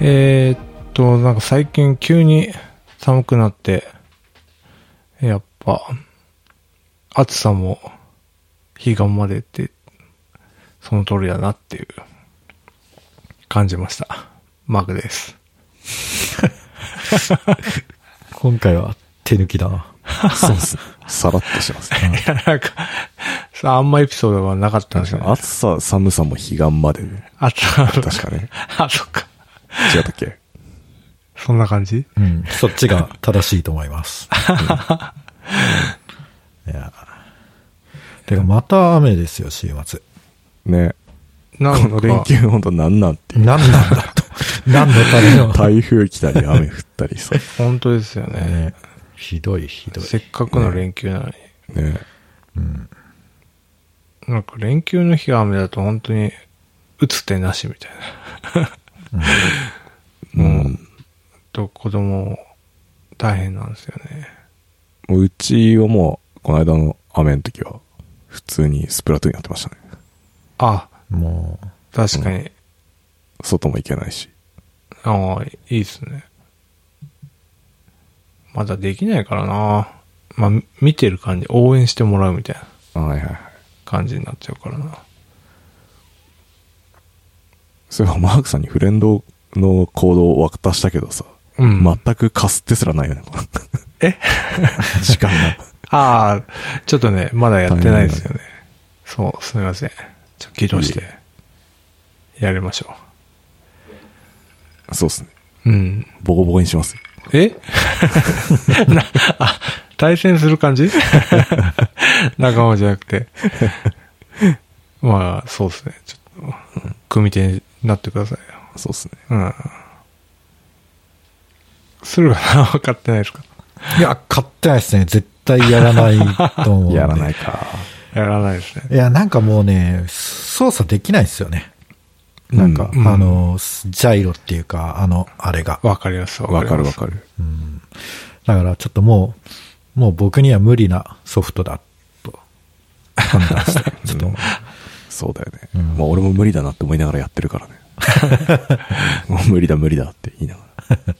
えーっと、なんか最近急に寒くなって、やっぱ、暑さも、日が生まれて、その通りだなっていう、感じました。マークです。今回は手抜きだな。 そうっす。さらっとしますね。いや、なんか、さあんまエピソードはなかったんですよね。暑さ、寒さも彼岸までね。暑さ、確かね。 あ、そっか。違ったっけそんな感じうん。そっちが正しいと思います。いや。てか、また雨ですよ、週末。ね。なこの連休ほんとなんなんて。何なんだと。何のための。台風来たり雨降ったり さ。本当ですよね。ねひどい、ひどい。せっかくの連休なのに。ね。うん。なんか連休の日が雨だと本当に打つ手なしみたいな。うん。と子供大変なんですよね。もううちはもう、この間の雨の時は、普通にスプラトゥーンやってましたね。あ、も確かに。外も行けないし。ああ、いいっすね。まだできないからな。まあ、み見てる感じ、応援してもらうみたいなはいはいはい。感じになっちゃうからな。そういえばマークさんにフレンドの行動を渡したけどさ。うん。全くかすってすらないよね。 え時間が。ああ、ちょっとね、まだやってないですよね。そう、すみません。ちょっと起動していえ、やりましょそうっすね。う。うん。ボコボコにしますよ。え なあ、対戦する感じ 仲間じゃなくて。 まあ、そうですね。ちょっと、組手になってくださいよ。そうっすね。うん。するかな分かってないですかう、いや、買ってないですね。絶対やらないと思うんで。 やらないか。やらないですね。いや、なんかもうね、操作できないですよね。なんか、うんあの、ジャイロっていうか、あの、あれが。わかります、わかるわる。かる。うんだからちょっともう、もう僕には無理なソフトだと判断して、ちょっと、そうだよね。うんまあ俺も無理だなって思いながらやってる からね。もう無理だ無理だって言いながら。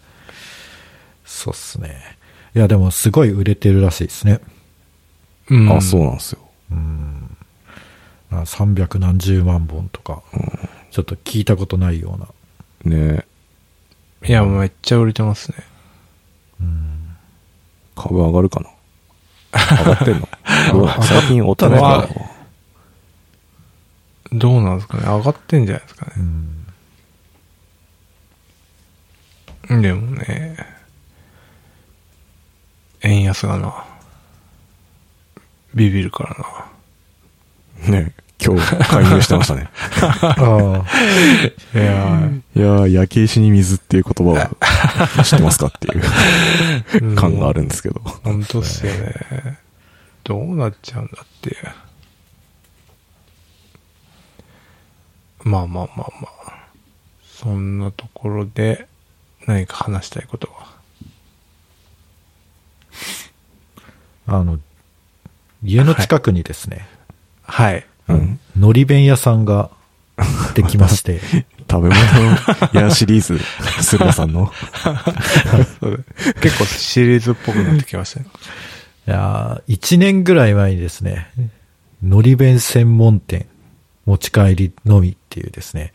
そうっすね。いや、でもすごい売れてるらしいですね。うん。あ、そうなんですよ。うん。あ300何十万本とか、ちょっと聞いたことないような。ねいや、もうめっちゃ売れてますね。株上がるかな上がってん のどうなの最近お互い上がっどうなんですかね上がってんじゃないですかねう。ん。でもね、円安がな、ビビるからな。ね今日介入してましたね。ああ、い や いやー、焼け石に水っていう言葉 を知ってますかっていう感があるんですけど。本当っすよね。どうなっちゃうんだっていう。まあまあまあまあ。そんなところで何か話したいことは。あの、家の近くにですね、はい。うん。のり弁屋さんができま して、食べ物やシリーズ、菅野さんの。そうだ結構シリーズっぽくなってきましたね。いやー一年ぐらい前にですね、のり弁専門店、持ち帰りのみっていうですね、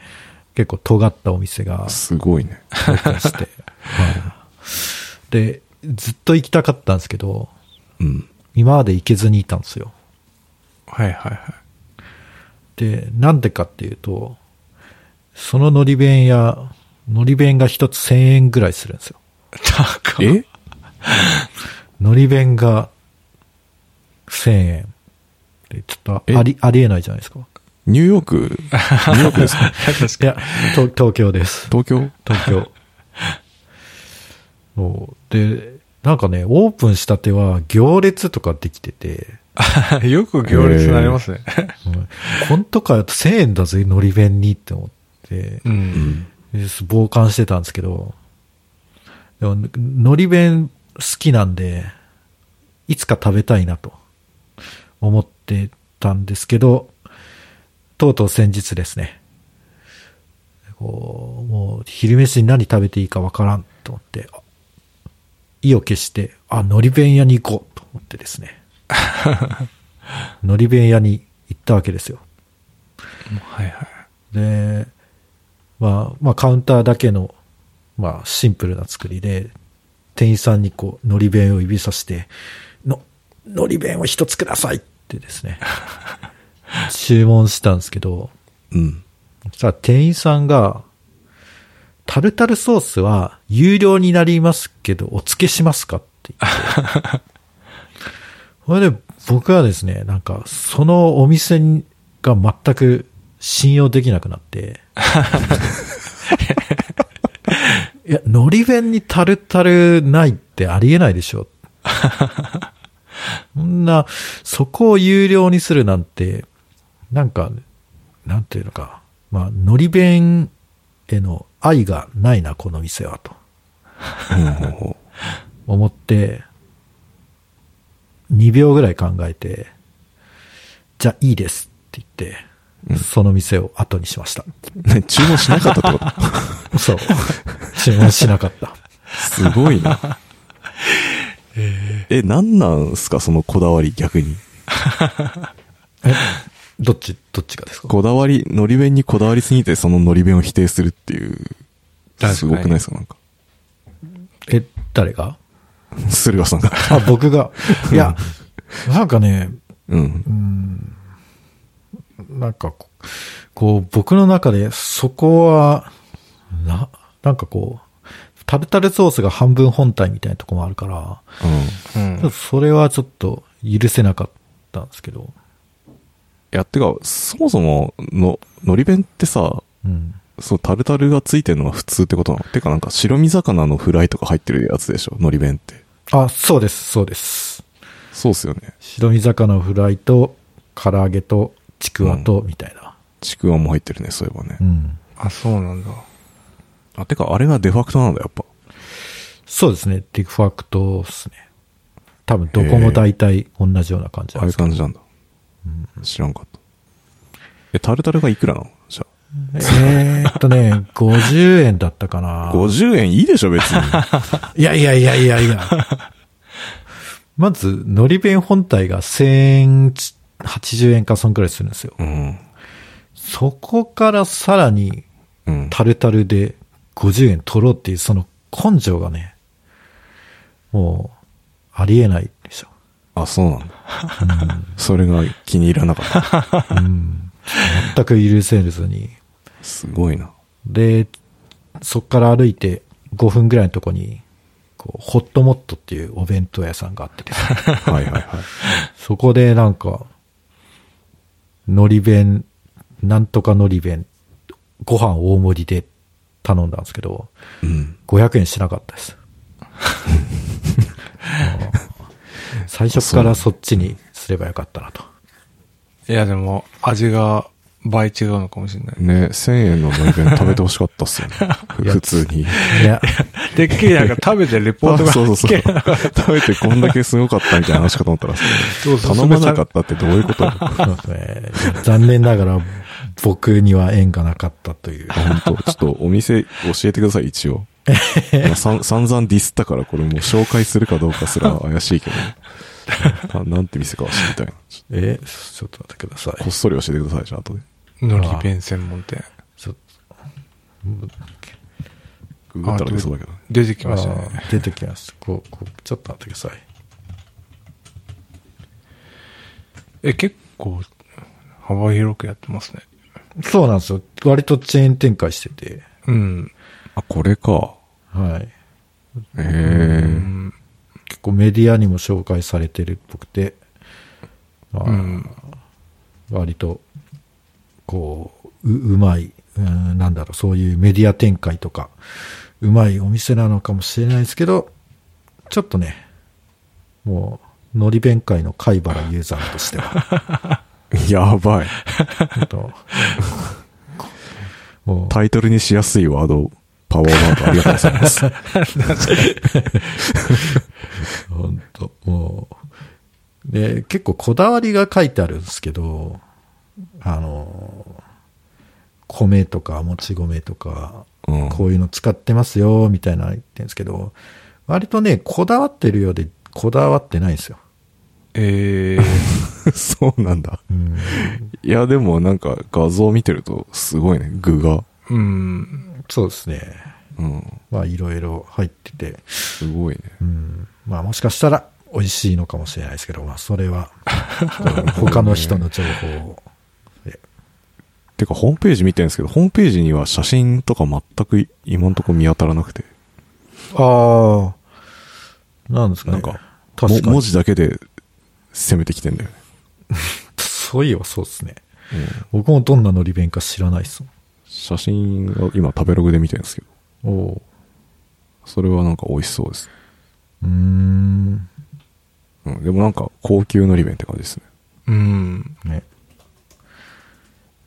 結構尖ったお店がすごいね。オープンして、はいで、ずっと行きたかったんですけど、うん。今まで行けずにいたんですよ。 はいはいはい。で、なんでかっていうと、そののり弁屋、のり弁が一つ1000円ぐらいするんですよ。高っ えのり弁が1000円。でちょっとあり、ありえないじゃないですか。ニューヨーク、ニューヨークですかいや、東東京です。東京東京。 そう。で、なんかね、オープンしたては行列とかできてて、 よく行列になります ね。うん、こんとかやと1000円だぜ、のり弁にって思って、う。うんん。傍観してたんですけど、でも、のり弁好きなんで、いつか食べたいなと思ってたんですけど、とうとう先日ですね、こう、もう昼飯に何食べていいかわからんと思って、あ意を決して、あ、のり弁屋に行こうと思ってですね。のり弁屋に行ったわけですよ。はいはい。で、まあ、まあカウンターだけの、まあシンプルな作りで、店員さんにこう、のり弁を指さして、の、のり弁を一つくださいってですね、注文したんですけど、うん。そしたら店員さんが、タルタルソースは有料になりますけど、お付けしますかって言って。それで僕はですね、なんか、そのお店が全く信用できなくなって。いや、海苔弁にタルタルないってありえないでしょ。そんな、そこを有料にするなんて、なんか、なんていうのか、まあ、のり弁への愛がないな、この店は、と思って、2秒ぐらい考えて、じゃあいいですって言って、その店を後にしました。ね注文しなかったってこそう。注文しなかった。とすごいな。え、なんなんすかそのこだわり逆に。 えどっち、どっちがですかこだわり、のり弁にこだわりすぎてそののり弁を否定するっていうか。にすごくないですか なんか。え、誰が駿河さんが。あ、僕が。いや、なんかね、うん。なんかこう、こう僕の中でそこは、な、なんかこう、タルタルソースが半分本体みたいなとこもあるから、うんちょっとそれはちょっと許せなかったんですけど、いや、てか、そもそもの、のり弁ってさ、うん。そう、タルタルがついてるのは普通ってことなのてかなんか白身魚のフライとか入ってるやつでしょのり弁って。あ、そうです、そうです。そうっすよね。白身魚のフライと、唐揚げと、ちくわと、みたいな。ちくわも入ってるね、そういえばねうん。。あ、そうなんだ。あ、てかあれがデファクトなんだ、やっぱ。そうですね、デファクトですね。多分どこも大体同じような感じあなあんでいうすか。感じなんだ。知らんかった。え、タルタルがいくらなのじゃえーっとね、50円だったかなあ。。50円いいでしょ、別 に。いやいやいやいやいや。 まず、のり弁本体が1000円ち、80円かそんくらいするんですよ。うん。そこからさらに、うん。タルタルで50円取ろうっていう、その根性がね、もう、ありえないでしょ。あ、そうなんだ。それが気に入らなかった。全く許せずに。すごいな。で、そっから歩いて5分ぐらいのとこに、こう、ホットモットっていうお弁当屋さんがあってですねはいはいはい。そこでなんか、のり弁、なんとかのり弁、ご飯大盛りで頼んだんですけど、うん。 500円しなかっ たです。あー最初からそっちにすればよかったなと。いや、でも、味が倍違うのかもしれない。ね、1000円ののり弁食べてほしかったっすよね。ふ普通に。いや、 てっきりなんか食べてレポート が。そうそうそう。食べてこんだけすごかったみたいな話かと思ったら、 そうそう頼まなかったってどういうこと本そうですね残念ながら僕には縁がなかったという。当ちょっとお店教えてください、一応。まあ、さん散々ディスったから、これもう紹介するかどうかすら怪しいけど。ななんて店かは知りたいな。ちょえ、ちょっと待ってくださっとこっい。そり教えてください、じゃあ後で。のり弁専門店。ちょっとググったら出そうだけどね。出てきましたね。あー出てきます。こう、こう、ちょっと待ってください。え、結構、幅広くやってますね。そうなんですよ。割とチェーン展開してて。うん。あ、これか。はい。へえ。結構メディアにも紹介されてるっぽくて、まあうん。割と、こう、う、うまい、うん、なんだろう、そういうメディア展開とか、うまいお店なのかもしれないですけど、ちょっとね、もう、のり弁会の貝原ユーザーとし ては、やばい。えっともうタイトルにしやすいワード、パワーワードありがとうございます。 本当もう。で、結構こだわりが書いてあるんですけど、あの、米とか、もち米とか、うん。こういうの使ってますよ、みたいなの言ってるんですけど、割とね、こだわってるようで、こだわってないんですよ。ええそうなんだ。うん。いや、でもなんか画像見てるとすごいね、具が。うん。そうですね。うん。まあ、いろいろ入ってて、すごいね。うん。まあ、もしかしたら、美味しいのかもしれないですけど、まあ、それ は、他の人の情報を。てか、ホームページ見てるんですけど、ホームページには写真とか全くい今んとこ見当たらなくて、ああ、なんですかね。なんか、確かもに文。字だけで攻めてきてんだよね。そういえばそうですね。うん僕もどんなのり弁か知らないっす写真を今食べログで見てるんですけど、もん。おうそれはなんか美味しそうです。うーん。うん。でもなんか高級のり弁って感じですね。うん。ね。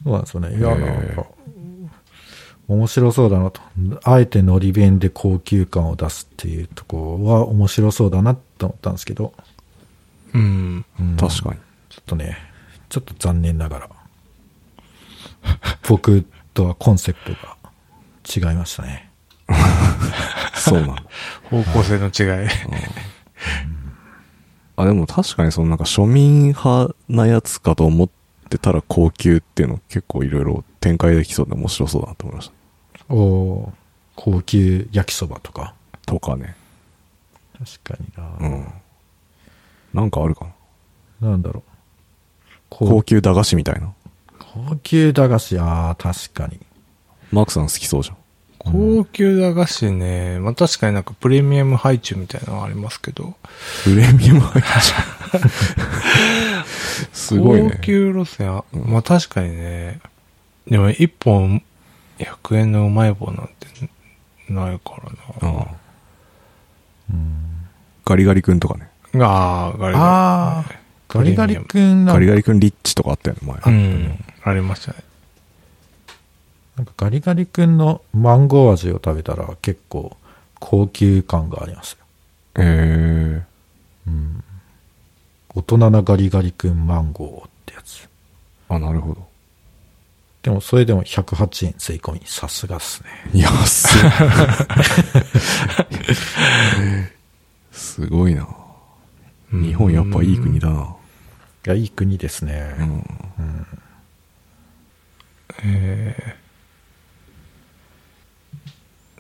そうなんですよね。いや、へーなんか、面白そうだなと。あえてのり弁で高級感を出すっていうところは面白そうだなと思ったんですけど、うん。うん確かに。ちょっとね、ちょっと残念なが ら、僕とはコンセプトが違いましたね。そうなんだ。方向性の違い。あ、でも確かにそのなんか庶民派なやつかと思ってたら高級っていうの結構いろいろ展開できそうで面白そうだなと思いました。おー高級焼きそばとか。とかね。確かにな。うん。なんかあるかな。なんだろう。高高級駄菓子みたいな。高級駄菓子、ああ、確かに。マークさん好きそうじゃん。高級駄菓子ね、まあ確かになんかプレミアムハイチュウみたいなのはありますけど、プレミアム入っちゃう。すごいね高。級路線は、まあ確かにね、でも一本100円のうまい棒なんてないからうな。ん。ガリガリ君とかね。ああ、ガリガああ、ガリガリ君なガんリか、ガリ君リッチとかあったよね、前。リ。うん。ありましたね。なんかガリガリ君のマンゴー味を食べたら結構高級感がありますよ。えうん。大人なガリガリ君マンゴーってやつ。ー。あ、なるほど。でもそれでも108円税込み。さすがっすね。安い。すごいな。日本やっぱいい国だな。いや、いい国ですね。うん。え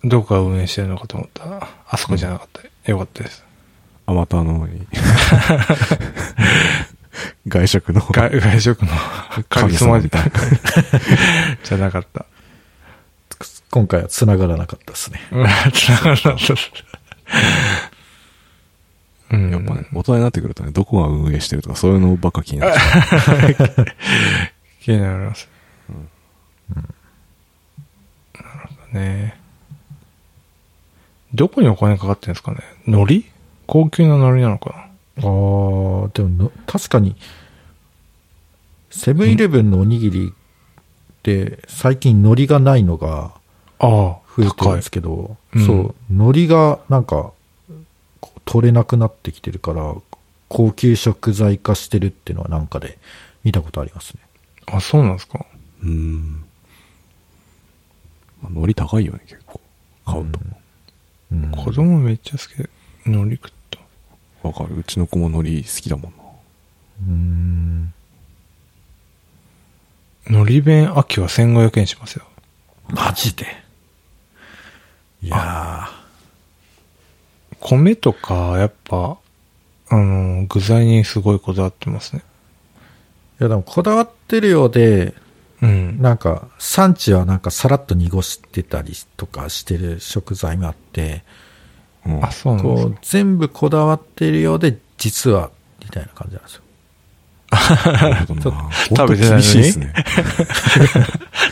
ー、どこが運営してるのかと思ったら、あそこじゃなかった。よかったです。アバターのに。外食の。外外食のカリスマ みたいな。じゃなかった。今回は繋がらなかったっすね。うん繋がらなかったです うん、やっぱね、大人になってくるとね、どこが運営してるとか、そういうのばっか気になっちゃ気になります。なるほどね。どこにお金かかってるんですかね海苔高級な海苔なのかあー、でもの確かに、セブンイレブンのおにぎりって最近海苔がないのがなああ、増えてるん高いです。けど、高いうんそう、海苔がなんかこう取れなくなってきてるから、高級食材化してるっていうのはなんかで見たことありますね。あ、そうなんですかう。うん。まあ海苔高いよね、結構。買うと。うん、子供めっちゃ好きで、海苔食った。わかる。うちの子も海苔好きだもんな。うん海苔弁秋は1500円しますよ。マジで。いや米とか、やっぱ、あの、具材にすごいこだわってますね。ーいやでもこだわってるようで、うん。なんか、産地はなんかさらっと濁してたりとかしてる食材もあって、うんあ、そうなんですこかう、全部こだわってるようで、実は、みたいな感じなんですよ。なるほどな。食べてないのに本当厳しいですね。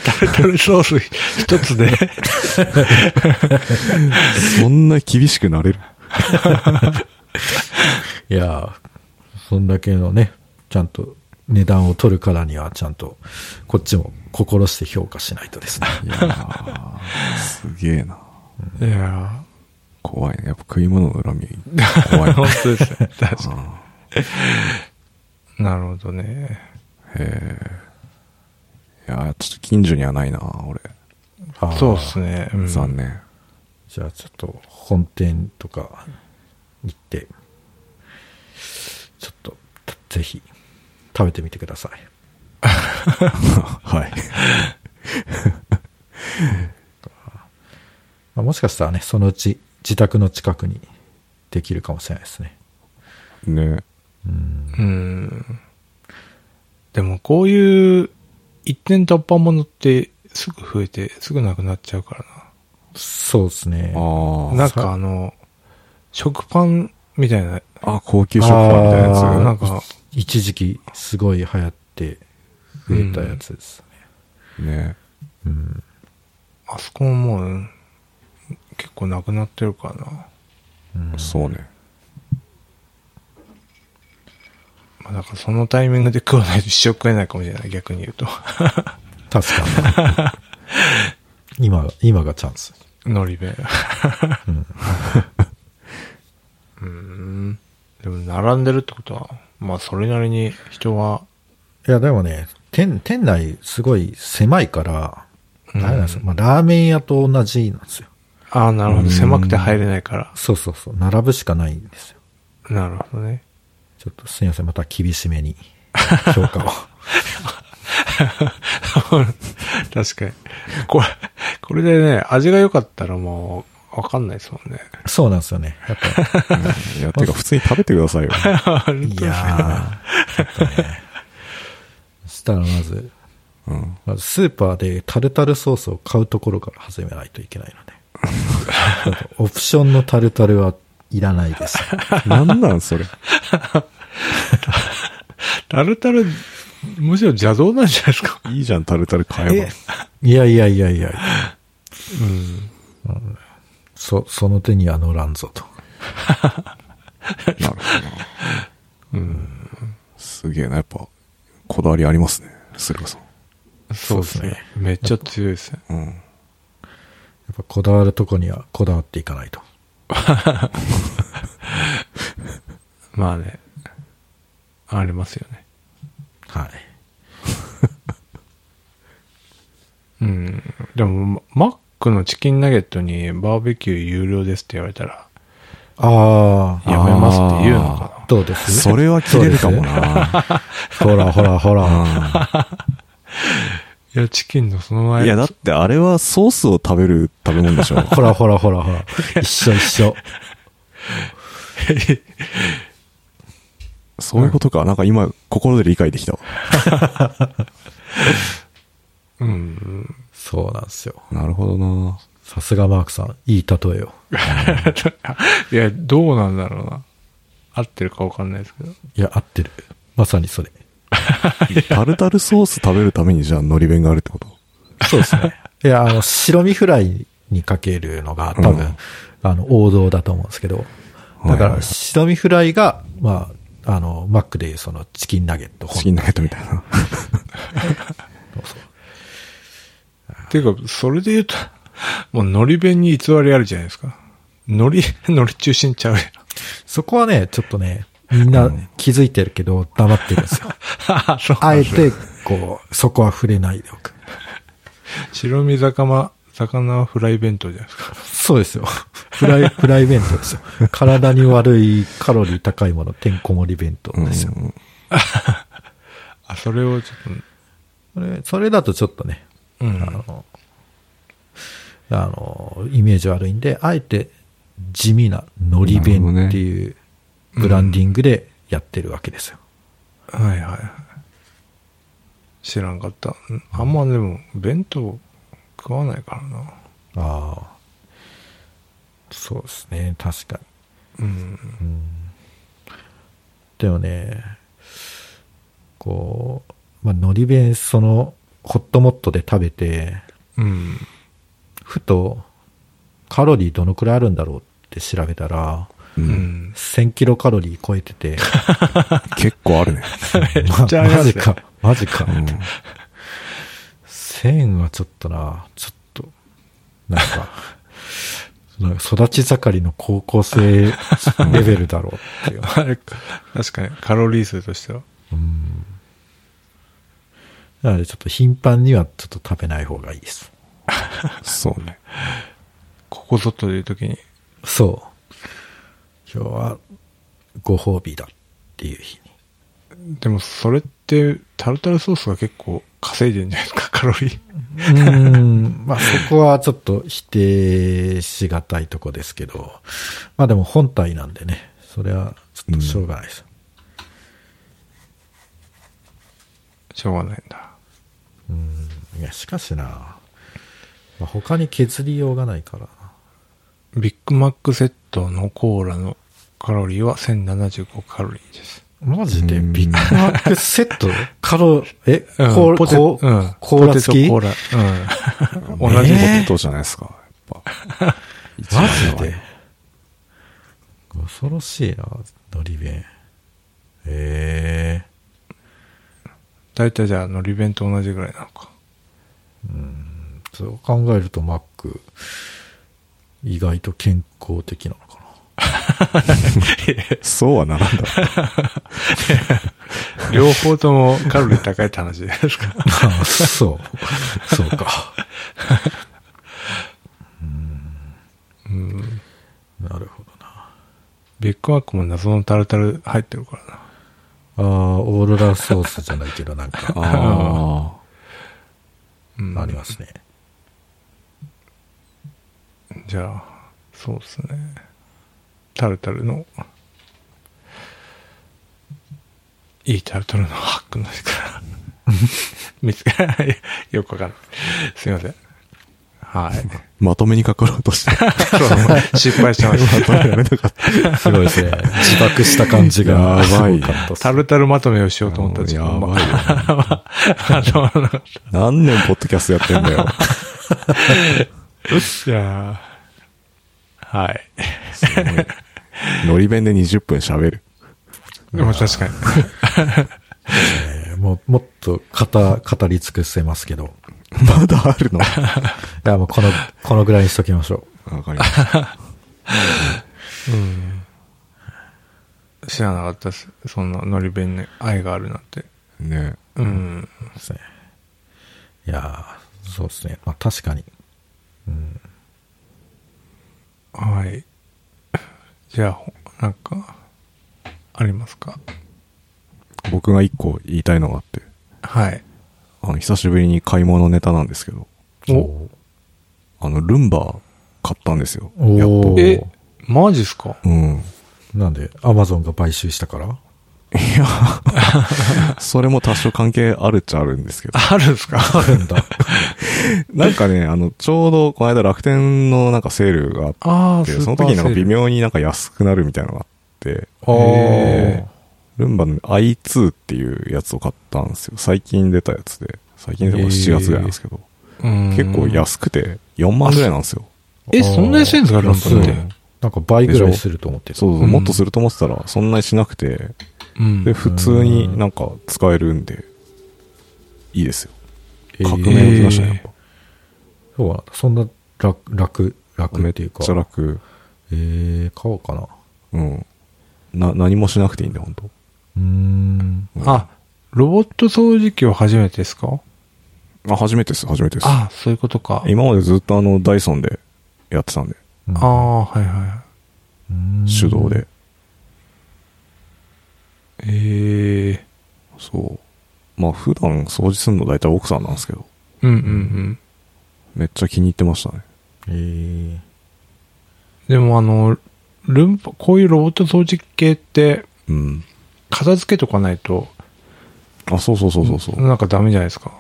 タルタルソース一つ で。そんな厳しくなれ る。いやーそんだけのね、ちゃんと値段を取るからには、ちゃんと、こっちも心して評価しないとですね。 いやーすげえな。いや怖いね。やっぱ食い物の恨み、怖いー、 本な。当ですね。確かあになるほどね。ーへえ。いやー、ちょっと近所にはないな、俺。あーそうっすね。うん残念。じゃあちょっと本店とか行って、ちょっとぜひ食べてみてください。はい。まあ、もしかしたらね、そのうち自宅の近くにできるかもしれないですね。ね。うん。うん。でもこういう一点突破ものってすぐ増えてすぐなくなっちゃうからそうですね。あな。あ。なんかあの、食パンみたいな、あ、高級食パンみたいなやつ。あーなんか、一時期すごい流行って増えたやつですね。ね。うん。あそこももううん結構なくなってるからな。うんそうね。まあ、だからそのタイミングで食わないと一生食えないかもしれない、逆に言うと。確かに。今が、今がチャンス。のり弁。うん。うーん。でも並んでるってことは、まあそれなりに人は、いや、でもね、店、店内すごい狭いから、うんあれなんですよ。まあ、ラーメン屋と同じなんですよ。ああ、なるほうんど。狭くて入れないから。そうそうそう。並ぶしかないんですよ。なるほどね。ちょっとすいません。また厳しめに評価を。 確かに。これ、これでね、味が良かったらもう、わかんないですもんね。そうなんですよね。やっぱ、いや、てか普通に食べてくださいいよ。やー、ちょっとね。そしたらまず、うん。まずスーパーでタルタルソースを買うところから始めないといけないので。あとオプションのタルタルはいらないです。なんなんそれ。タルタル、むしろ邪道なんじゃないですか。いいじゃん、タルタル買えば。いやいやいやいや。うん。そ、その手には乗らんぞと。なるほどな。すげえな、やっぱ、こだわりありますね、スルカさん。そうですそうっねす。めっちゃ強いですね。うん。やっぱこだわるとこにはこだわっていかないと。まあね。ありますよね。はい。うん。でも、ママックのチキンナゲットにバーベキュー有料ですって言われたら、あやめますって言うのかあ、どうですそれは切れるかも。な。そうですほらほらほら。な。いや、チキンのそのうん前いや、だってあれはソースを食べる食べ物でしょ。ほらほらほらほら。一緒一緒。そういうことか。なんか今、心で理解できたわ。うん。そうなんですよ。なるほどな。さすがマークさん。いい例えよ。いや、どうなんだろうな。合ってるかわかんないですけど。いや、合ってる。まさにそれ。タルタルソース食べるためにじゃあ、海苔弁があるってことそうですね。 いや、あの、白身フライにかけるのが多分、うんあの、王道だと思うんですけど。はだいはかいはいら、白身フライが、まあ、あの、マックでいうそのチキンナゲット。チキンナゲットみたいな。ていうか、それで言うと、もう海苔弁に偽りあるじゃないですか。海苔、 海苔中心ち ゃうやんそこはね、ちょっとね、みんな気づいてるけど、黙ってるんですよ。はは。そうあえて、こう、そこは触れないでおく。白身魚、魚フライ弁当じゃないですか。そうですよ。フライ、フライ弁当ですよ。体に悪い、カロリー高いもの、てんこ盛り弁当うんですよ。あ、それをちょっそれ、それだとちょっとね、と、うん。あの、あの、イメージ悪いんで、あえて地味な海苔弁っていうブランディングでやってるわけですよ。はいはいはい。知らんかった。うんあんまでも、弁当食わないからな。ああ。そうですね、確かに。うん。でもね、こう、まあ、海苔弁、その、ホットモットで食べて、うん。ふと、カロリーどのくらいあるんだろうって調べたら、ううんん。 1000キロカロリー超えてて、結構あるね。めっまちゃありまマジすね。か、マジかう。ん1000はちょっとな、ちょっと、なんか、なんか育ち盛りの高校生 レベルだろうっていう。あれ確かに、カロリー数としては。うんなのでちょっと頻繁にはちょっと食べない方がいいです。そうね。ここぞという時に。そう。今日はご褒美だっていう日に。でもそれって、タルタルソースが結構稼いでるんじゃないですか、 カロリー。うーん、まあそこはちょっと否定しがたいとこですけど、まあでも本体なんでね、それはちょっとしょうがないです。しょうがないんだ。いや、しかしな、まあ他に削りようがないからな。ビッグマックセットのコーラのカロリーは1075カロリーです。マジうでんビッグマックセッ トカロ、え、コうんーラ、ポテコーうんコーラ付きポマテトコーラ。うん。同同じじ ポね。テトじゃないですか。やっぱ。ジ一番でやばい恐ろしいな、のり弁。え大体じゃあ、のり弁と同じぐらいなのか。えそう考えるとマック、意外と健康的なのかそうはならんだろ両方ともカロリー高いって話じゃないですか。 な。 そう。そうか。うん。なるほどな。ビッグマックも謎のタルタル入ってるからな。ああ、オーロラソースじゃないけど、なんか、 あうん。ありますね。じゃあ、そうですね。タルタルの、いいタルタルのハックのしから、 見つけない。よくわかんない。すいません。 はい。まとめにかかろうとして、そうね失敗してましま とめられなかっすごいですね。自爆した感じが。やばいすごかったた。っすタルタルまとめをしようと思ったた。時や間 ばいよ。頭の中何年ポッドキャストやってんだよ。いやーはい。のり弁で20分喋る。でも確かに。ねもう、もっと語、語り尽くせますけど。まだあ るのいや、もうこの、このぐらいにしときましょわかりました。知らなかったです。そんなのり弁に愛があるなんて。ねうん。う。ですね。いやーそうですね。まあ確かに。はい。じゃあ、ほなんか、ありますか僕が一個言いたいのがあって、はい。あの、久しぶりに買い物ネタなんですけど、お、あの、ルンバ買ったんですよ。やっおえー、マジっすかぱうん。なんで、アマゾンが買収したからいや、それも多少関係あるっちゃあるんです けど。あるんすかあるんだ。なんかね、あの、ちょうどこの間楽天のなんかセールがあっああ、て、スーそのパー時になんかセー微ル妙になんか安くなるみたいなのがあって、あへールンバの i2 っていうやつを買ったんですよ。最近出たやつで。最近でも7月ぐらいなんですけど。うん結構安くて、4万ぐらいなんですよ。え、そんなにしてんすかルン安いバって。なんか倍ぐらいすると思ってた。そうそう、うんもっとすると思ってたら、そんなにしなくて、うんで、。普通になんか使えるんで、いいですよ。えー革命起きましたね、やっぱ。そうなんだ。そんな楽、楽、楽めっっていうか。ちゃ楽。えー、買おうかな。うん。な、何もしなくていいんで、本当うーん。あ、ロボット掃除機を初めてですかあ、初めてです、初めてです。あ、そういうことか。今までずっとあの、ダイソンでやってたんで、ああ、はいはうん手動で。い。ええ。そう。まあ、普段掃除するの大体奥さんなんですけど、うんうんうん。めっちゃ気に入ってましたね。えーでもあの、ルンバ、こういうロボット掃除機系って、うん。片付けとかないと、あ、そうそうそうそうそう。なんかダメじゃないですか。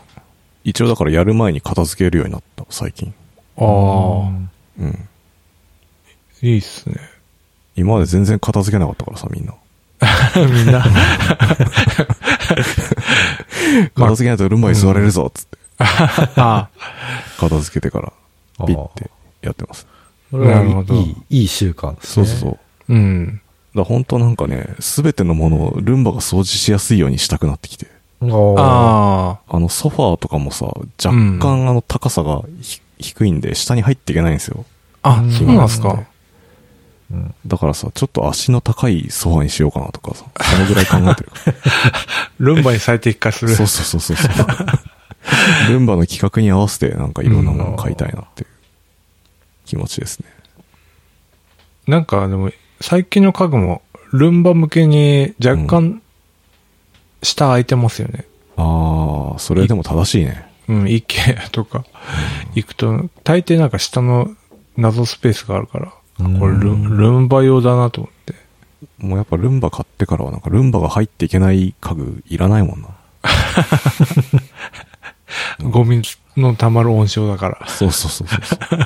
一応だからやる前に片付けるようになった、最近。ああ、うん。いいっすね。今まで全然片付けなかったからさ、みんな。みんな。まあ 片付けないとルンバに座れるぞ、つって。あ片付けてから、あーピッてやってます。それはなるほどいい、いい習慣ですそうね。そうそう。だかうん。ら本当なんかね、すべてのものをルンバが掃除しやすいようにしたくなってきて。うあああの、ソファーとかもさ、若う干あの高さがひ低いんで、下に入っていけないんですよ。あ。あ、そうなんすか。うん。だからさ、ちょっと足の高いソファにしようかなとかさ、そのぐらい考えてる かルンバに最適化すら。る。そうそうそうそうそう。ルンバの企画に合わせてなんかいろんなものを買いたいなっていう気持ちですね。なんかでも、最近の家具も、ルンバ向けに若干、下空いてますよね。ああ、それでも正しいね。うん、IKEA とか行くと、大抵なんか下の謎スペースがあるから、うんこれルンルンバ用だなと思って。もうやっぱルンバ買ってからはなんかルンバが入っていけない家具いらないもんな。ゴミの溜まる温床だから。そうそうそうそう そう。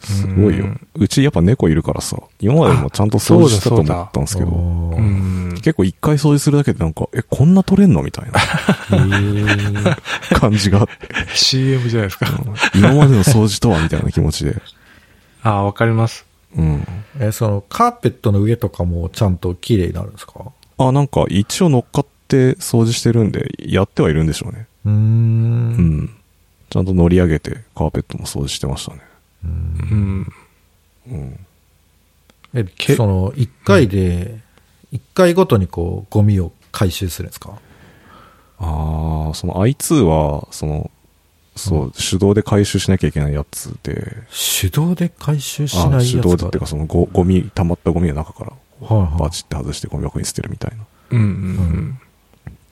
すごいよ。うちやっぱ猫いるからさ、今までもちゃんと掃除したと思ったんですけど、おうーん。結構一回掃除するだけでなんか、え、こんな取れんのみたい な感じがあって、 CM じゃないですか。今までの掃除とはみたいな気持ちで。 ああ、わかります。うん。え、その、カーペットの上とかもちゃんと綺麗になるんですかあ、なんか一応乗っかって掃除してるんで、やってはいるんでしょうね。うーんう。ん。ちゃんと乗り上げてカーペットも掃除してましたね。うん。うん。え、けその、一回で、一回ごとにこう、ゴミを回収するんですかああ、その I2 は、その、そう、手動で回収しなきゃいけないやつで、手動で回収しあないやつ手が動でっていうか、そのゴゴミ、溜まったゴミの中から、はいはいバチって外してゴミ箱に捨てるみたいな。うん。うん。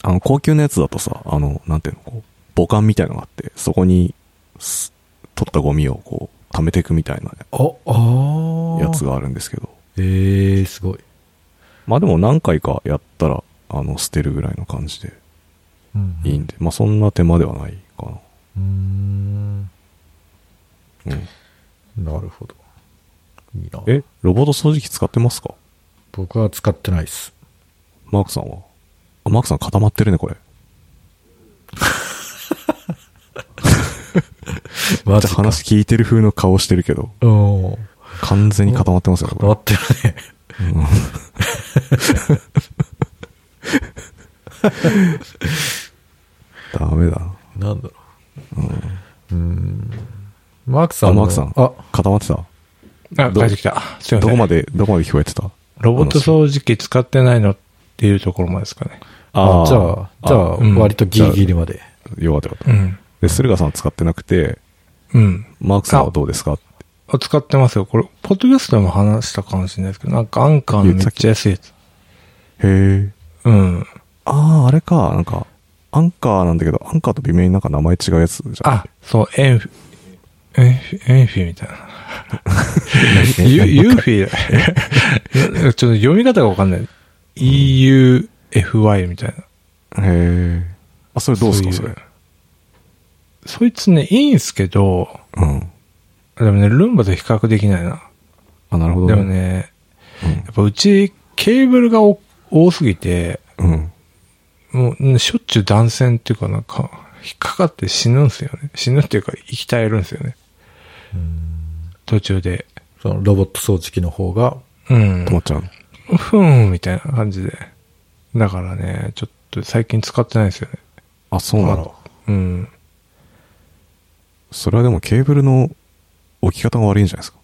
あの、高級なやつだとさ、あの、なんていうの、こう、母艦みたいのがあって、そこにす、取ったゴミをこう、溜めていくみたいなあ、ああ。やつ。があるんですけど。ええー、すごい。まあでも何回かやったら、あの、捨てるぐらいの感じでうんいいんで、まあそんな手間ではないかうーん。なな。うん。るほど。いいな。え、ロボット掃除機使ってますか僕は使ってないです。マークさんはあ、マークさん固まってるね、これ。マじゃあ話聞いてる風の顔してるけど、うん。完全に固まってますよね、こ変わってるね。れ。うんダメだ な。なんだろう。うん。マークさんあ、の。マークさん。あ、固まってたあ、ど帰ってきた。すいません。どこまで、どこまで聞こえてたロボット掃除機使ってないのっていうところまでですかね。あじゃあ、じゃあ、うん割とギリギリまで。よかったよかった。うん。で、駿河さんは使ってなくて、うん。マークさんはどうですかあ使ってますよ。これ、ポッドキャストでも話したかもしれないですけど、なんかアンカーのめっちゃ安いやつ。へえ。うん。ああ、あれか、なんか、アンカーなんだけど、アンカーと微妙になんか名前違うやつじゃん。あ、そう、エンフィ、エンフィ、エンフィみた いな。ユユーフィだよ ちょっと読み方がわかんない。EUFY みたいな。へえ。あ、それどうですか、そそういうれ。そいつね、いいんすけど、うん。でもね、ルンバと比較できないな。あ、なるほど。でも。ね、うんやっぱうちケーブルがお多すぎて、うん。もうねしょっちゅう断線っていうかなんか、引っかかって死ぬんすよね。死ぬっていうか、生き耐えるんですよね。途中で。そのロボット掃除機の方が、うん止。まっちゃうの。ふーん、みたいな感じで。だからね、ちょっと最近使ってないですよね。あ、そうなんだ。うん。 それはでもケーブルの置き方が悪いんじゃないですか。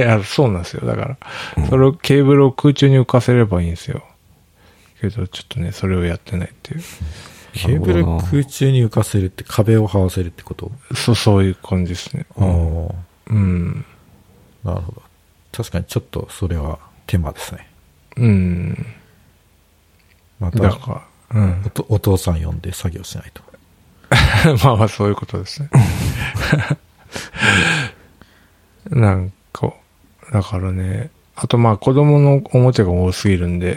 いや、そうなんですよ。だから、うんそれを、ケーブルを空中に浮かせればいいんですよ。けど、ちょっとね、それをやってないっていう。ケーブル空中に浮かせるって壁を這わせるってことそう、そういう感じですね。ああ。うん。なるほど。確かにちょっとそれは手間ですね。うん。まだた、から、うんお。とお父さん呼んで作業しないと。 まあまあ、そういうことですね。 なんか、だからね、あとまあ子供のおもちゃが多すぎるんで、っ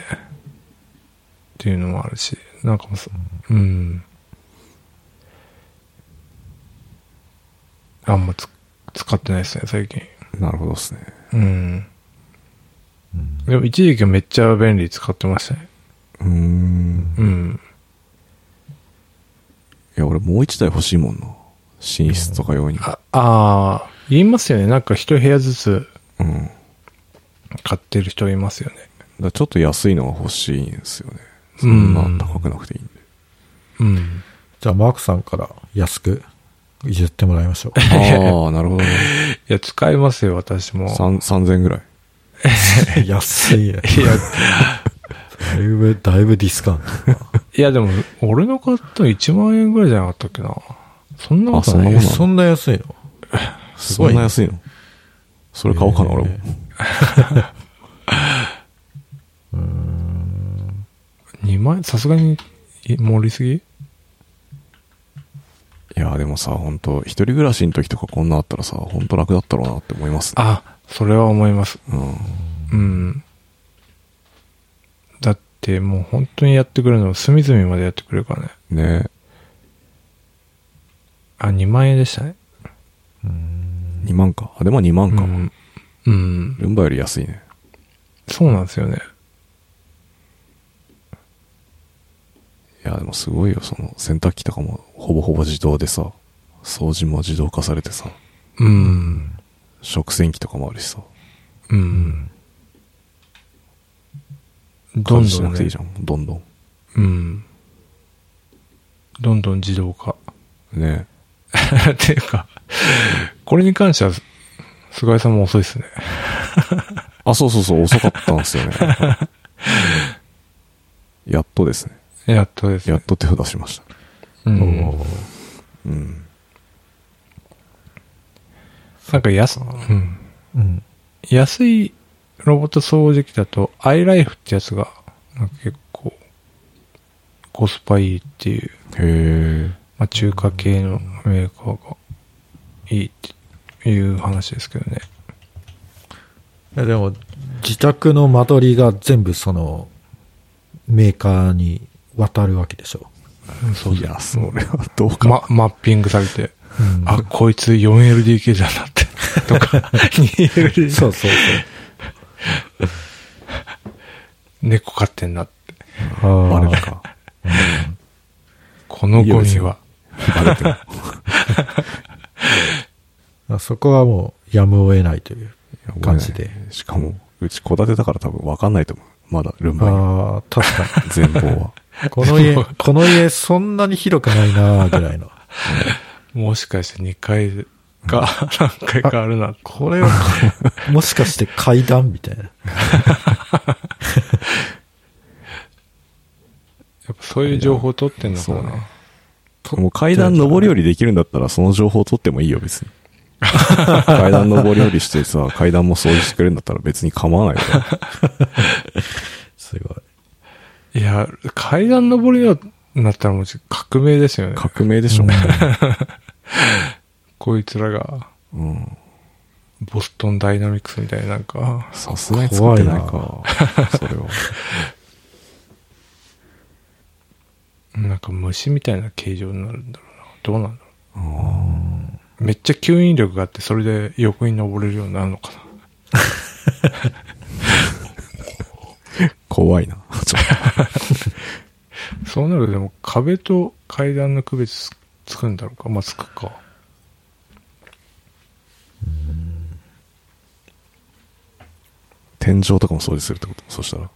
ていうのもあるし、なんかもうそ、うん。あんまつ使ってないですね、最近。なるほどですね。うん。うんでも一時期めっちゃ便利使ってましたね。うーん。うん。いや、俺もう一台欲しいもんな。寝室とか用に。あ、あー言いますよね。なんか一部屋ずつうん。だか買ってる人いますよね。らちょっと安いのが欲しいんですよね。そうん んな高くなくていいんで。うん。じゃあマークさんから安く譲ってもらいましょう。ああ、なるほどね。いや、使いますよ、私も。三3000ぐらい。 安いね。いや、だいぶ、だいぶディスカウントだいやでも、俺の買ったの1万円ぐらいじゃなかったっけな。そんなことあそんなないな。えもんそんな安いのすそごいんねな安いのそれ買おうかな、俺もえ。 2万円さすがに、え盛りすぎいや、でもさ、本当一人暮らしの時とかこんなあったらさ、本当楽だったろうなって思います、ね。あ、それは思います。うん。うん。だってもう本当にやってくれるの、隅々までやってくれるからね。ねあ、2万円でしたね。 2万か。あ、でも2万うか。ん。うん。ルンバより安いね。そうなんですよね。いや、でもすごいよ、その、洗濯機とかもほぼほぼ自動でさ、掃除も自動化されてさ、うん。食洗機とかもあるしさ、うん。ど家ん事しどなんくていねいじ。ゃん、どんどん。うん。どんどん自動化。 ねっていうか、これに関しては、菅井さんも遅いですね。あ、そうそうそう、遅かったんで すよね。やっとですね。やっとですやねっ。と手を出しました。うんおーうん。なんか安、うんうん。安いロボット掃除機だと、アイライフってやつが、なんか結構、コスパいいっていう、へえ。まあ中華系のメーカーがいいっていう話ですけどね。いやでも、自宅の間取りが全部その、メーカーに渡るわけでしょ。そういや、それはどうか。ま、マッピングされて、うんあ、こいつ 4LDK だなって、とか、2LDK、そうそうそう。猫飼ってんなって。バあレたか。このゴいいですミはよ、バレても。あそこはもう、やむを得ないといういや感じで。。ねしかも、うち戸建てだから多分分かんないと思う。まだ、ルンバにああ、確か前方 は。に。この家、この家そんなに広くないなーぐらいの。もしかして2階が何回かあるな。これは、もしかして階段みたいな。やっぱそういう情報取ってんのかそうねな。もう階段上り下りできるんだったら、その情報取ってもいいよ、別 に。階段上り下りしてさ、階段も掃除してくれるんだったら別に構わないから。すごい。いや、階段登りようになったらもう革命ですよね。革命でしょ、こいつらが、うん。ボストンダイナミクスみたいななんか、さすがに作ってないか。それは。なんか虫みたいな形状になるんだろうな。どうなんだろう。めっちゃ吸引力があって、それで横に登れるようになるのかな。怖いな。ちょっそうなるとでも壁と階段の区別つつくんだろうか。まあ、つくか。と天井とかも掃除するってことそしたら。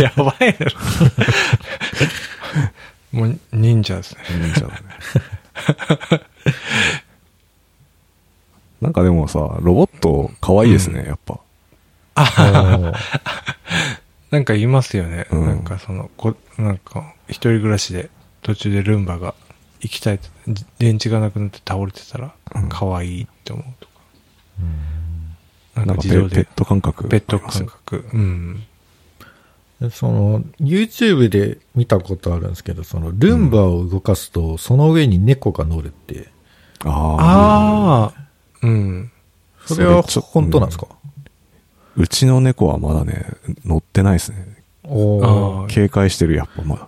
やばいな。 もう忍者ですね。忍者だね。 なんかでもさ、ロボット可愛いですね、やっぱ。あなんかいますよね。うんなんかその、こなんか、一人暮らしで、途中でルンバが行きたいと、じ電池がなくなって倒れてたらうん、可愛いって思うとか。なんなかんかペ自動ペでッ、ト感覚。ベッド感。覚。うん。ーその、YouTube で見たことあるんですけど、その、ルンバを動かすと、その上に猫が乗るって、ああ。ああ。うん。それはそれちょ本当なんですか、うちの猫はまだね、乗ってないですね。おあ警戒してる、やっぱまだ。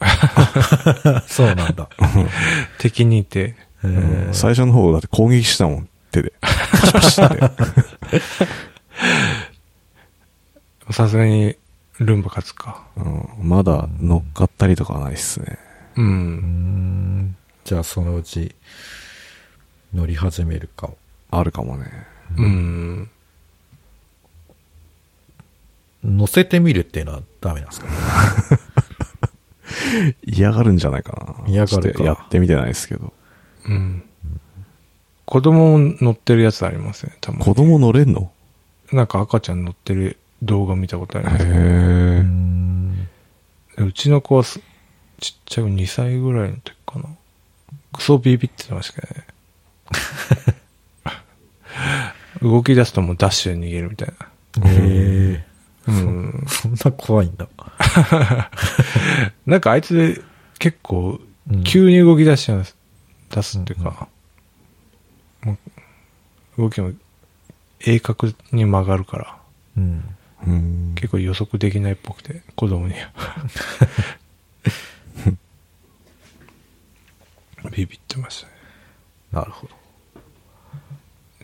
お、 そうなん だ。敵にいて。えー最初の方だって攻撃したもん、手で。パシパシって。さすがに、ルンバ勝つか。うん、まだ乗っかったりとかはないっすね。ううーん。んじゃあそのうち乗り始めるかも。あるかもね。うん。乗せてみるっていうのはダメなんですかね。嫌がるんじゃないかな。嫌がるかちょっとやってみてないですけど。うん。子供も乗ってるやつありますね、たま子供乗れんのに。なんか赤ちゃん乗ってる動画見たことありへますね。うえ。ん。でうちの子はすちっちゃい2歳ぐらいの時かな。クソビビってましたけど ね。動き出すともうダッシュで逃げるみたいへえ。な。うん。 そんな怖いんだ。なんかあいつ結構うん急に動き出しちゃう、出すっていうか、もう動きも鋭角に曲がるから、うん。うん結構予測できないっぽくて、子供には。ビビってましたね。なるほど。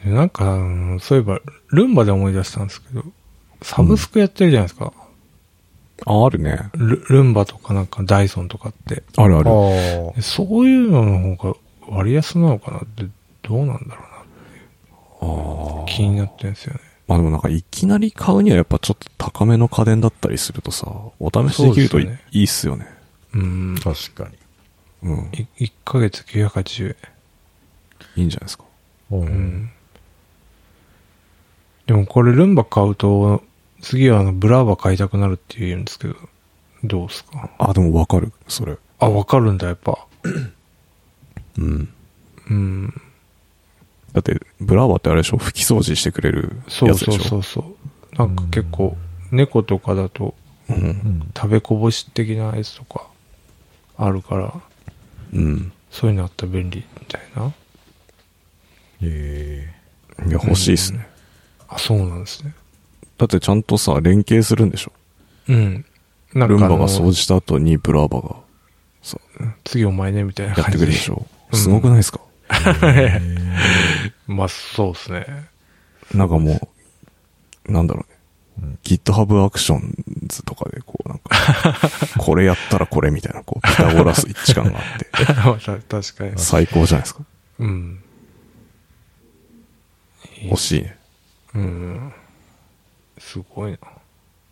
でなんか、あのそういえば、ルンバで思い出したんですけど、サブスクやってるじゃないですか。あ、あるね。ルルンバとかなんかダイソンとかって。あるあある。ーでそういうのの方が割安なのかなって、どうなんだろうな。気になってるんですよね。まあでもなんかいきなり買うにはやっぱちょっと高めの家電だったりするとさ、お試しできるといそうですよねいいっすよね。うん。確かに。うん。いい1ヶ月980円。いんじゃないですか。う。うんん。でもこれルンバ買うと、次はあのブラーバ買いたくなるって言うんですけど、どうですかあ、でもわかる。それ。あ、わかるんだ、やっぱ。うん。うん。だって、ブラーバってあれでしょ拭き掃除してくれるそやうつでそしうょそうそう。なんか結構、猫とかだとうん。食べこぼし的なやつとかあるから、うん。そういうのあったら便利みたいな。えいや、欲しいっすね。あ、そうなんですね。だってちゃんとさ、連携するんでしょうん。なんルンかあバのが掃除した後にブラーバがさ、次お前ね、みたいなやって感くじでれるで。しょうんすごくないですか、まあ、そうですね。 なんかもう、なんだろううねん。 GitHub アクションズとかでこうなんか、これやったらこれみたいな、こう、ピタゴラス一致感があって、まあた確かに。最高じゃないですか。うん。欲しいね。うん。すごいな。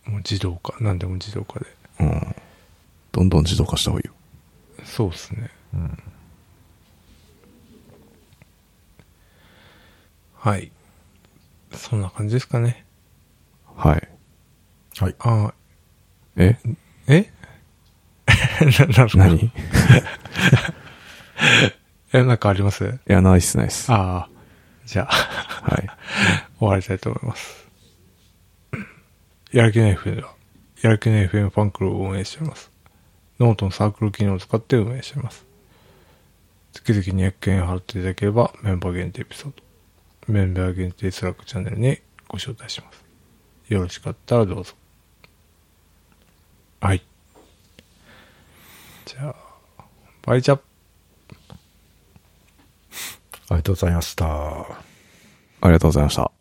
もう自動化。何でも自動化で。うん。どんどん自動化した方がいいよ。そうですね。うんはい。そんな感じですかね。はい。はい。ああ、ええ な、なんすか何い え、なんかありますや、ナイスナイス。ああ。じゃあ、はい。終わりたいと思います。やる気ない FM では、やる気ない FM ファンクルを運営しております。ノートのサークル機能を使って運営しています。月々200円払っていただければメンバー限定エピソード、メンバー限定スラックチャンネルにご招待します。よろしかったらどうぞ。はい。じゃあ、バイチャップありがとうございました。ありがとうございました。